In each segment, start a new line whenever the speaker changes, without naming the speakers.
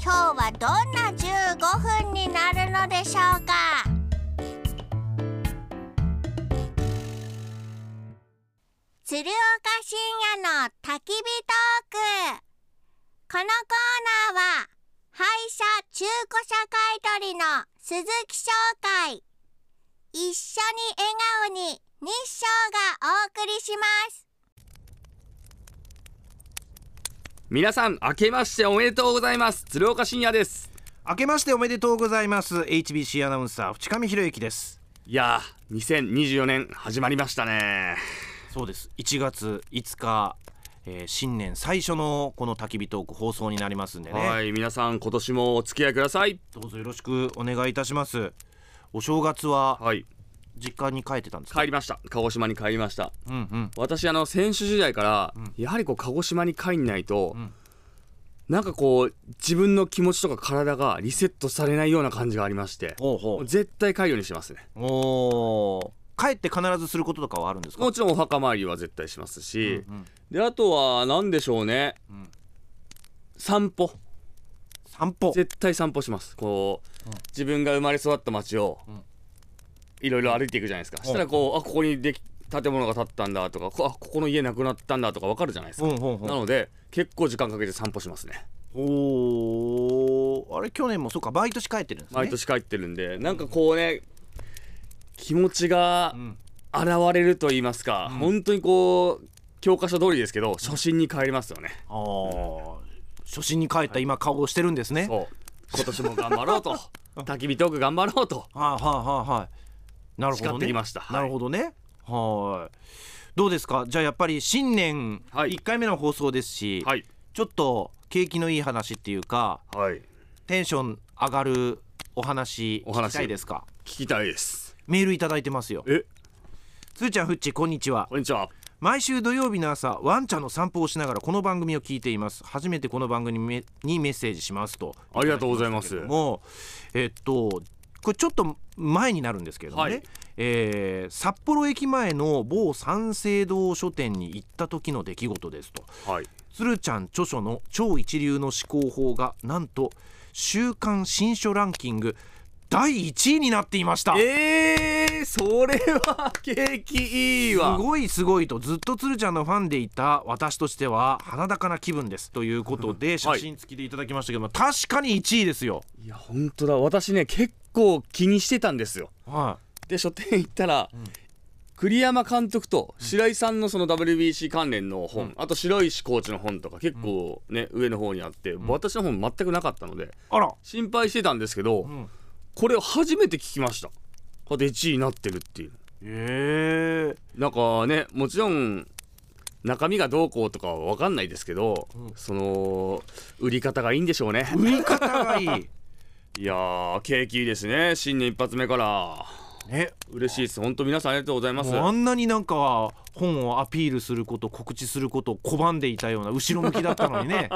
今日はどんな15分になるのでしょうか鶴岡深夜の焚き火トークこのコーナーは廃車中古車買取の鈴木商会一緒に笑顔に日照がお送りします
皆さん明けましておめでとうございます鶴岡深夜です
明けましておめでとうございます HBC アナウンサー淵上博之です
いやー2024年始まりましたね
そうです1月5日、えー新年最初のこの焚き火トーク放送になりますんでね、
はい皆さん今年もお付き合いください
どうぞよろしくお願いいたしますお正月は
はい
実家に帰ってたんですか、
帰りました鹿児島に帰りました
うんうん
私あの選手時代から、やはりこう鹿児島に帰んないと、
ん
なんかこう自分の気持ちとか体がリセットされないような感じがありまして
ほうほ
絶対帰るようにしてますね
うおー帰って必ずすることとかはあるんですか
もちろんお墓参りは絶対します
う
し、
んうん
であとは何でしょうね、
ん
散歩
散歩
絶対散歩しますこう、自分が生まれ育った街を
ん
いろいろ歩いていくじゃないですか、そしたらこうあここにでき建物が建ったんだとかこあここの家なくなったんだとかわかるじゃないですか、
うんうんうん
なので結構時間かけて散歩しますね
おーあれ去年もそうか毎年帰ってるんですね
毎年帰ってるんで、なんかこうね気持ちが
うん
現れると言いますか、本当にこう教科書通りですけど初心に帰りますよね
あー初心に帰った今顔をしてるんですね、
そう今年も頑張ろう と焚き火トーク頑張ろうと
はいはいはいはい。なるほ
誓
ど
ってき
ね。
ましたはい
なるほどね。はい。どうですか。じゃあやっぱり新年
はい
一回目の放送ですし、
はい
ちょっと景気のいい話っていうか
はい
テンション上がるお話
お話
聞きたいですか。
聞きたいです
メールいただいてますよ。
え
つーちゃんふっちこんにちは
こ。んにちは
毎週土曜日の朝ワンちゃんの散歩をしながらこの番組を聞いています初めてこの番組にメにメッセージしますと
ありがとうございます
ただきましたけどもえっとこれちょっと前になるんですけれどもね、
はい
えー札幌駅前の某三省堂書店に行った時の出来事ですと
はい
鶴ちゃん著書の超一流の思考法がなんと週刊新書ランキング第1位になっていました
えー、それは景気いい
す
わ
ごいすごいとずっと鶴ちゃんのファンでいた私としては鼻高な気分ですということで写真付きでいただきましたけども、確かに1位ですよ。
いや本当だ私ね結構気にしてたんですよ
は
で書店行ったら、栗山監督と白井さんのその WBC 関連の本、あと白石コーチの本とか結構ね、上の方にあって、私の本全くなかったので
い、あら、
心配してたんですけど、
ん
これを初めて聞きましたこうやって1位になってるっていう
え
なんかねもちろん中身がどうこうとかは分かんないですけど、その売り方がいいんでしょうね
ー、売り方 がいい。
いやー景気いいですね新年一発目から
ね、
嬉しいです本当皆さんありがとうございます
もうあんなになんか本をアピールすること告知することを拒んでいたような後ろ向きだったのに ね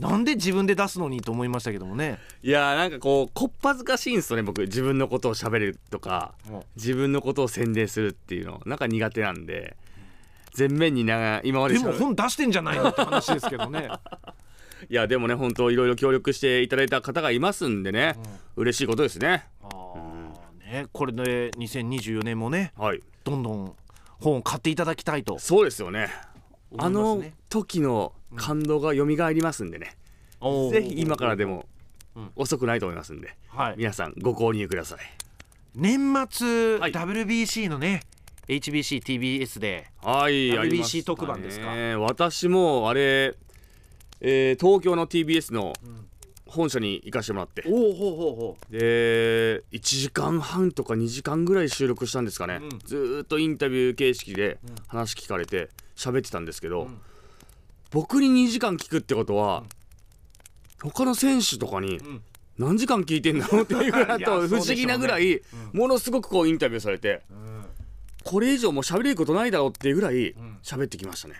なんで自分で出すのにと思いましたけどもね。
いやーなんかこうこっぱずかしいんですよね僕自分のことを喋るとか
うん
自分のことを宣伝するっていうのなんか苦手なんで全面にな今まで
で
しゃ
も本出してんじゃないのって話ですけど ね。
いやでもね本当いろいろ協力していただいた方がいますんでね、嬉しいことですね
あーねこれで2024年もね
はい
どんどん本を買っていただきたいと
そうですよね
思
あ
います
の
ね。
時の感動が蘇りますんでね、
おー
ぜひ今からでも
うん
遅くないと思いますんで、
はい、
皆さんご購入ください
年末、
はい
WBC のね HBCTBS で
はい、
WBC
ありましたね
特番ですか
私もあれ、えー東京の TBS の本社に行かしてもらって、
おおほうほうほう
で1時間半とか2時間ぐらい収録したんですかね、
うん
ずーっとインタビュー形式で話聞かれて喋ってたんですけど、
ん
僕に2時間聞くってことは、他の選手とかに
ん
何時間聞いてんだろうっていうぐらい
い
あ
や
と
そう
不
でし
思
ょうね
議なぐらいものすごくこうインタビューされてこれ以上もう喋れることないだろうっていうぐらい喋ってきましたね。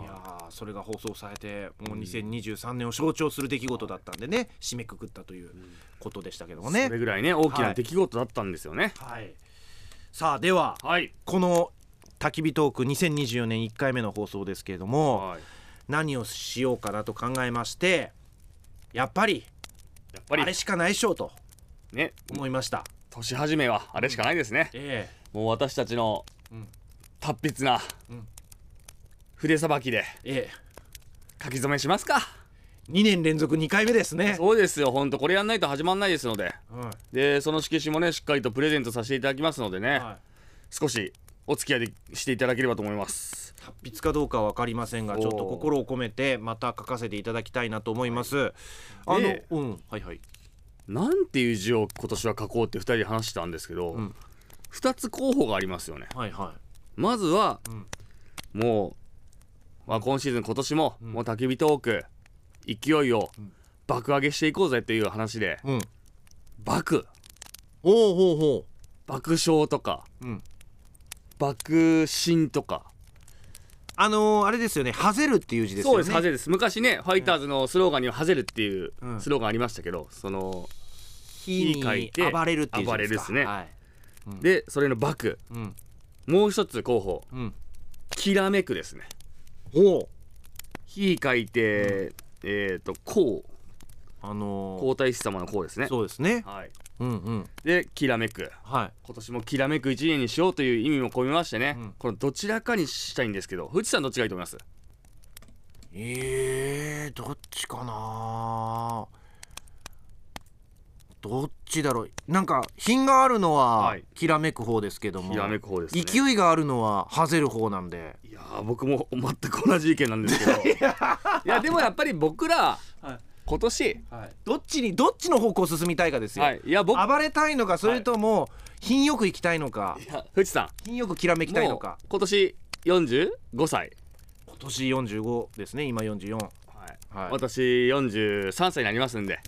いやーそれが放送されてもう2023年を象徴する出来事だったんでね締めくくったということでしたけどもね
それ。ぐらいね大きな出来事だったんですよね。
はい、さあでは
はい、
この焚き火トーク2024年1回目の放送ですけれども
はい、
何をしようかなと考えましてやっぱり
やっぱ
あ
り
れしかないっしょと
ね
思いました。
年始めはあれしかないですね。
え
もう私たちの
うん
達筆な
うん
筆さばきで
えええ
書き初めしますか。
2年連続2回目ですね。
そうですよ本当これやんないと始まんないですので。
は
でその色紙もねしっかりとプレゼントさせていただきますのでね、
いはい
少しお付き合いでしていただければと思います
達筆かどうかは分かりませんが
おー
ちょっと心を込めてまた書かせていただきたいなと思います、あの
で
うんはいはい
なんていう字を今年は書こうって2人で話したんですけど、
うん
2つ候補がありますよね
はいは
まずは、
うん
もう、まあ、今シーズン今年も、
ん
もう焚き火トーク勢いを
ん
爆上げしていこうぜっていう話で
いうん
爆
おうほうほ
爆笑とか
ううん
爆心とか
あのー、あれですよね「ハゼる」っていう字ですよ
そう
ね
ですハゼです昔ねファイターズのスローガンには「ハゼる」っていう
うん
スローガンありましたけど、その
火
に書いて
に暴れるっていう字
暴れる
で
です
か
すね
はい、
でそれの爆
うん
もう一つ候補
うん
きらめくですね
ほう
火書いて、えっ、とこう
あのー、
皇太子様のこうですね
そうですね
はい
うんうん
できらめく
はい
今年もきらめく一年にしようという意味も込めましてね、
うん
このどちらかにしたいんですけど藤さんどっちがいいと思います
えー、どっちかなどっちだろうなんか品があるのは、
はい
きらめく方ですけども
きらめく方ですね
勢いがあるのはハゼる方なんで
いやー僕も全く同じ意見なんですけど いやでもやっぱり僕ら、
はい
今年
どっちにどっちの方向を進みたいかですよ、
はいいや僕
暴れたいのかそれとも品よく行きたいのか
いや藤さ
品よくきらめ
ん
きたいの
も
か
う今年45歳、
今年45ですね今44
はい
はい
私43歳になりますんで、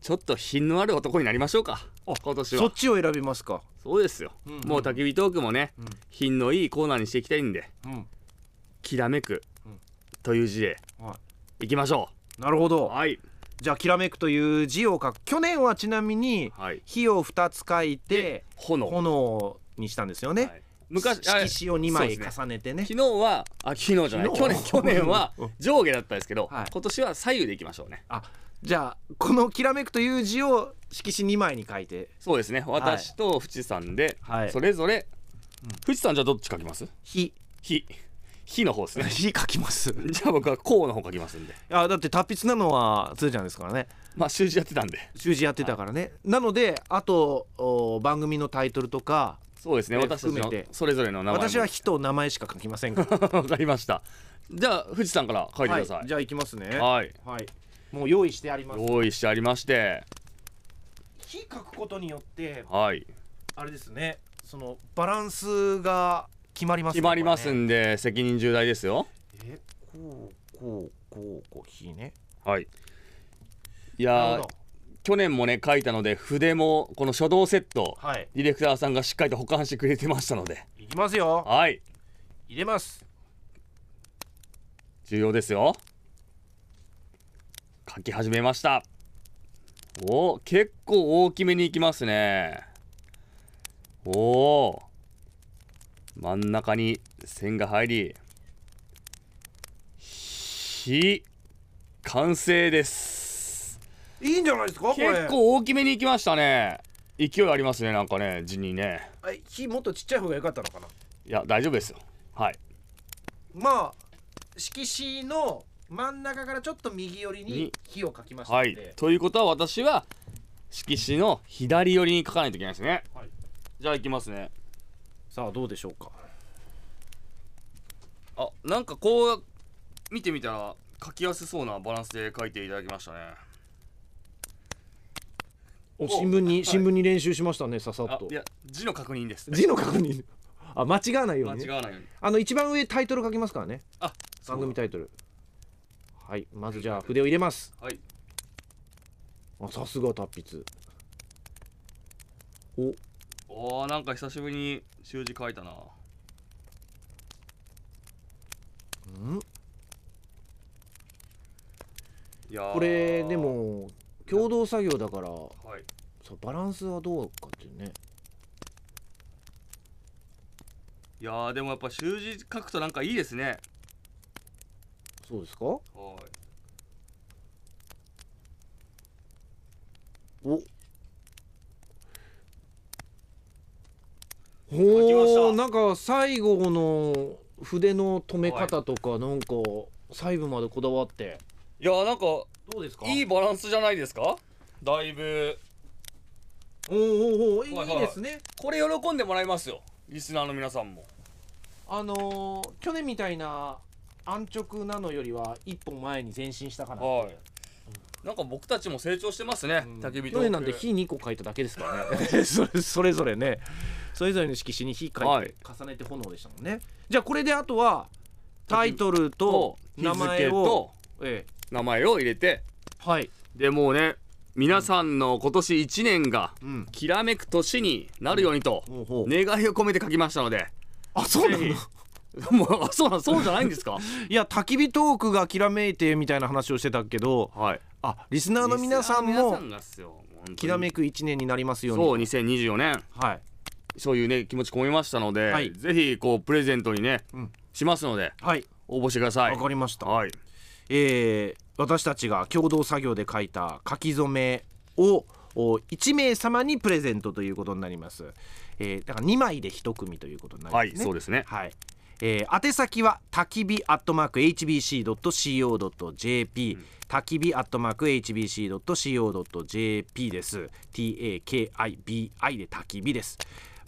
ちょっと品のある男になりましょうか今年は
そっちを選びますか、
そうですよ、
うんうん
もう焚き火トークもね、
うん
品のいいコーナーにしていきたいんで
うん
「きらめく
うん」
という字で
はい
きましょ
い、なるほ
う
ど
はい
じゃあ「きらめく」という字を書く去年はちなみに
はい
火を2つ書いて
炎
炎にしたんですよね、
はい昔あ
色紙を2枚
そうですね
重ねてね
昨日はあ昨日じゃない去
昨
年
日
去年は
うん
上下だったんですけど、
はい
今年は左右でいきましょうね
あじゃあこの「きらめく」という字を色紙2枚に書いて
そうですね私と淵さんで、
はい
それぞれ、淵さんじゃあどっち書きます
火
火火の方ですね
火書きます
じゃあ僕はこうの方書きますんで
あだって達筆なのはつーちゃんですからね
まあ習字やってたんで
習字やってたからね、なのであとお番組のタイトルとか
そうですね
え
私たちの
含めて
それぞれの名前も
私は「火」と名前しか書きませんから
わかりました。じゃあ富士山から書いてくださ。
はいい、じゃあいきますね
はい。
はい、もう用意してあります
用意してありまして、
火書くことによって
はい。
あれですねそのバランスが決まりますね
決まります
こ
んで責任重大ですよ。
れねえこうこうこうこう火ね
はい。い
な
やー
るほど
去年もね書いたので筆もこの書道セット、
はい
ディレクターさんがしっかりと保管してくれてましたので、
いきますよ
はい。
入れます
重要ですよ。書き始めました。おー結構大きめにいきますね。おお真ん中に線が入り、火、完成です。
いいんじゃないですかこれ
結構大きめにいきましたね。勢いありますね、なんかね、字にね。
あ火もっとちっちゃい方が良かったのかない
や、大丈夫ですよ。はい。
まあ色紙の真ん中からちょっと右寄りに
に
火を書きましたの
は
で、
い。ということは、私は、色紙の左寄りに書かないといけないですね。
はい
じゃあ、いきますね。
さあどうでしょうか
あなんかこう見てみたら書きやすそうなバランスで書いていただきましたね
お新聞に新聞に練習しましたねささっ
あ
と
いや字の確認です
字の確認あ間違わないよう
間
に、
違
ね、
わないように
あの一番上タイトル書きますからね
あ
番組タイトルはいまずじゃあ筆を入れます
はい
あさすが達筆お
おーなんか久しぶりに習字書いたな
うん
いやー
これでも共同作業だから
はい
そうバランスはどうかっていうね
いやーでもやっぱ習字書くとなんかいいですね
そうですかお
は
ほ
きました
ーなんか最後の筆の止め方とかなんか細部までこだわって
いいやーなんか
どうですか
いいバランスじゃないですかだいぶ
おーおーおー
はい
い
はい
いですね
これ喜んでもらいますよリスナーの皆さんも
あのー去年みたいな安直なのよりは一歩前に前進したかな
はいなんか僕たちも成長してますね
うん
焚き火トーク
去年なんて火2個書いただけですからね それそれぞれねそれぞれの色紙に火書いて、
はい
重ねて炎でしたもんねじゃあこれであとはタイトルと
日
名前
付
を
と
え
名前を入れて
えはい、
でもうね皆さんの今年1年が
うん、
きらめく年になるようにと
ほうほう
願いを込めて書きましたので
あそうなの
ぜひもうあそうなんそうじゃないん ですか
いや焚き火トークがきらめいてみたいな話をしてたけど
はい
あリスナーの皆さん
リスナーの皆
も
さんがっすよ本当に
きらめく1年になりますように
そう2024年
はい
そういうね気持ち込めましたので、
はい
ぜひこうプレゼントにね、
うん
しますので
はい
応募してください
わかりました
はい
えー私たちが共同作業で書いた書き初めをお1名様にプレゼントということになります、えーだから2枚で1組ということにな
は
りますね
い、そうですね
はいえー宛先はたきび @hbc.co.jp たきび @hbc.co.jp です TAKIBI でたきびです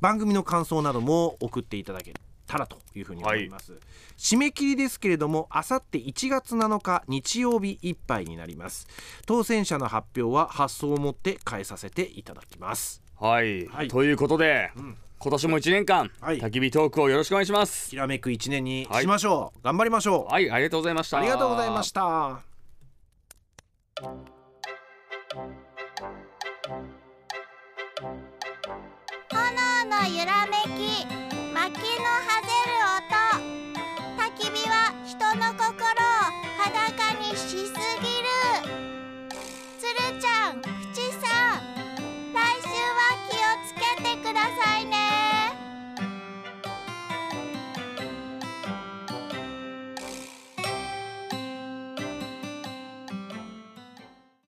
番組の感想なども送っていただけたらというふうに思います、締め切りですけれどもあさって1月7日日曜日いっぱいになります当選者の発表は発送をもって返させていただきます
はい、
はい
ということで、
ん
今年も1年間、
はい
焚き火トークをよろしくお願いします
きらめく1年にしましょう、頑張りましょう
はいありがとうございました
ありがとうございました。
炎の揺らめき薪の